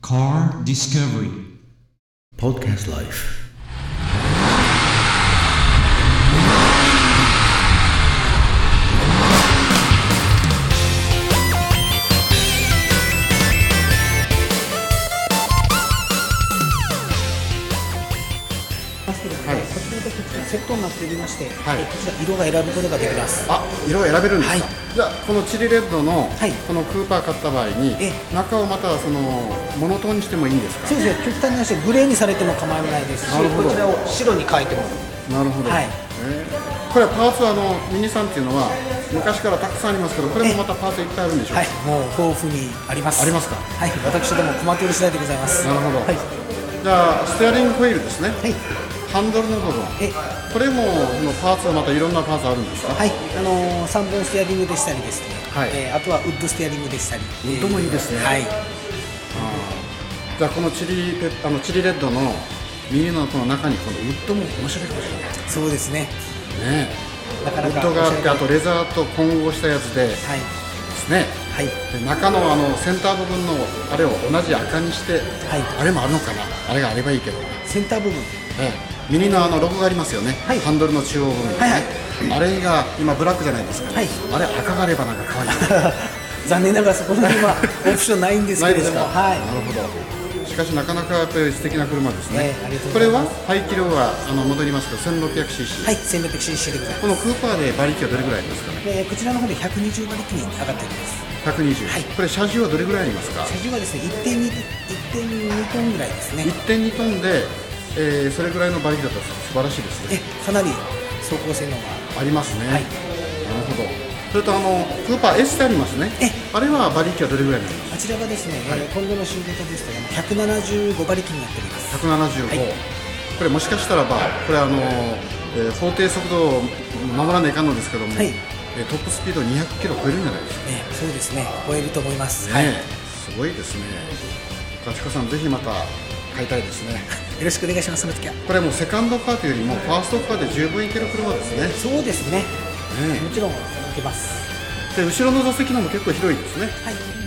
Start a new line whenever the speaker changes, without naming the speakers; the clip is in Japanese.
Car Discovery.
Podcast Life.
はい、こちらのこちらセットになっておりまして、えこちら色が選ぶことができます。
あ、色を選べるんです
は
か、
い
じゃあこのチリレッドの、
はい
このクーパー買った場合に
え
中をまたそのモノトーンにしてもいいんですか
そうですね、極端になしてグレーにされても構わないですし、
なるほど
こちらを白に変えても。
なるほど、
はい
えーこれはパーツはあのミニさんっていうのは昔からたくさんありますけどこれもまたパーツいっぱいあるんでしょうか、
はい、もう豊富にあります。
ありますか
はい、私ども困っておる次第でございます。
なるほど、
はい、
じゃあステアリングホイールですね、
はい、
ハンドルの部分
え
これものパーツはまたいろんなパーツあるんですか、
はい、あのー、三本ステアリングでしたりですね。
はい
えーあとはウッドステアリングでしたり。ウ
ッドもいいですね
はい、
じゃあこのチリペあのチリレッドのミニのこの中にこのウッドも面白いかもしれない
そうですね。
ね
なか
ウ
な
ッ
か
ド
面白い。
があってあとレザーと混合したやつでで
はい、
すね
はい、
で中のあのセンター部分のあれを同じ赤にして、
い
あれもあるのかなあれがあればいいけど、ね
センター部分。
ミニのあのロゴがありますよね、
はい
ハンドルの中央部分、
はいはい
あれが今ブラックじゃないですか、
はい
あれ赤があればなんか可 愛い
残念ながらそこの今オプションないんです
な
け
い
れ
で
ど
す
も、
か、
はい。
なるほどしかしなかなかやっぱり素敵な車です
ね、
ね
ありがとう
こ
ござ
れ
い
は
ます
排気量はあの戻りますけど 1600cc、
はい、1600cc でございます。
このクーパーで馬力はどれぐらいありますかね
えーこちらの方で120馬力に上がっております。
120、
はい
これ車重はどれぐらいありますか
車重はですね、1.2 1.2トンぐらいですね。
1.2トンで、えーそれぐらいの馬力だったら素晴らしいですね
え、かなり走行性能が。
ありますね、
はい
なるほどそれとあのクーパー S ってありますね
え
あれは馬力はどれぐらいになり
あ
ま
ちらがですね、えー今後の新型ですと、ね、175馬力になっております。
すか175、
はい
これもしかしたらばこれあの、えー法定速度を守らないかんのですけども、
はい
えートップスピード200キロ超えるんじゃないですか
えーそうですね、超えると思います。
ね、
はい。よ
すごいですねガチコさんぜひまた買いたいですね
ろしくお願いします、その時は。
これもうセカンドカーというよりもファーストカーで十分いける車ですね
そうですね、
ね
もちろん、いけます。
で後ろの座席のも結構広いですね
はい。